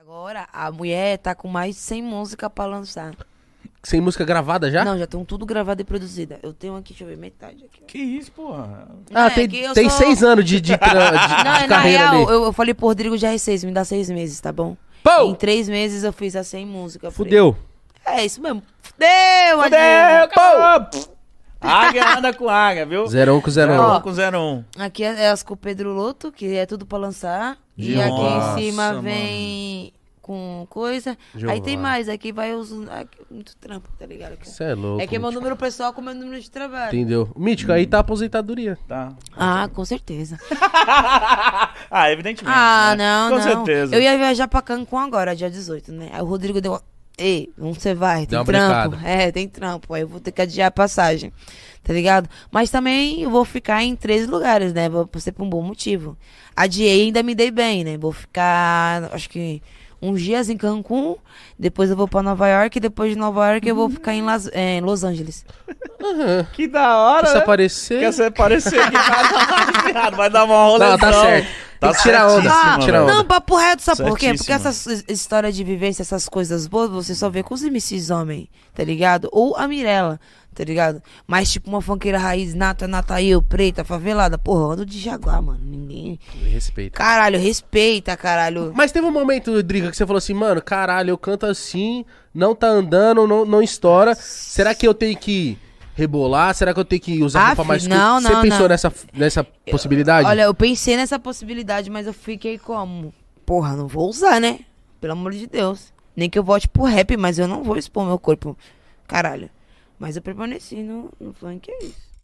Agora a mulher tá com mais de 100 músicas pra lançar. Sem música gravada já? Não, já estão tudo gravado e produzida. Eu tenho aqui, deixa eu ver, metade aqui. ó. Que isso, porra? Ah, É, tem, que eu tem sou- seis anos de, de, tra- de- Não, Ah, de é, na carreira real, ali. eu, eu falei pro Rodrigo já é seis, me dá seis meses, tá bom? Pou! Em três meses eu fiz as 100 músicas. Eu falei, Fudeu. É isso mesmo. Fudeu, Adriano. Fudeu, cara! Águia anda com águia, viu? Zerão com zerão. Zero um com zero um. Aqui é, é as com o Pedro Loto, que é tudo pra lançar. E Nossa, aqui em cima mano. vem com coisa. Aí tem Giovana. mais, aqui vai os. Aqui, muito trampo, tá ligado? Aqui. Você é louco. É que é meu Mítico. número pessoal com meu número de trabalho. Entendeu? Mítico, aí tá a aposentadoria. Tá. Ah, com certeza. ah, evidentemente. Ah, né? não, Com não. certeza. Eu ia viajar pra Cancún agora, dia 18, né? Aí o Rodrigo deu. uma- Ei, onde você vai? Tem Deu uma trampo. brincada. É, tem trampo. Aí eu vou ter que adiar a passagem. Tá ligado? Mas também eu vou ficar em três lugares, né? Vou ser por um bom motivo. Adiei e ainda me dei bem, né? Vou ficar, acho que uns dias em Cancún, depois eu vou pra Nova York, e depois de Nova York eu vou ficar em, Las- é, em Los Angeles. Aham. Que da hora, Ah, é? Quer se né? aparecer. Quer se aparecer aqui, vai dar uma olhada, vai dar uma rolê. Não, tá certo. Tá Tem que tirar certíssimo, onda, Ah, tem que tirar velho. não, papo reto, sabe por quê? Porque Certíssima. essa s- história de vivência, essas coisas boas, você só vê com os MCs homem, tá ligado? Ou a Mirella, tá ligado? Mas tipo uma funkeira raiz, nata, nata eu, preta, favelada, porra, eu ando de jaguar, mano. Ninguém. Respeita. Caralho, respeita, caralho. Mas teve um momento, Driga, que você falou assim, mano, caralho, eu canto assim, não tá andando, não, não estoura. Será que eu tenho que rebolar? Será que eu tenho que usar Ah, roupa fi, mais não, Você não, pensou não. nessa, nessa possibilidade? Olha, eu pensei nessa possibilidade, mas eu fiquei como? Porra, não vou usar, né? Pelo amor de Deus. Nem que eu volte pro rap, mas eu não vou expor meu corpo. Caralho. Mas eu permaneci no, no funk, é isso.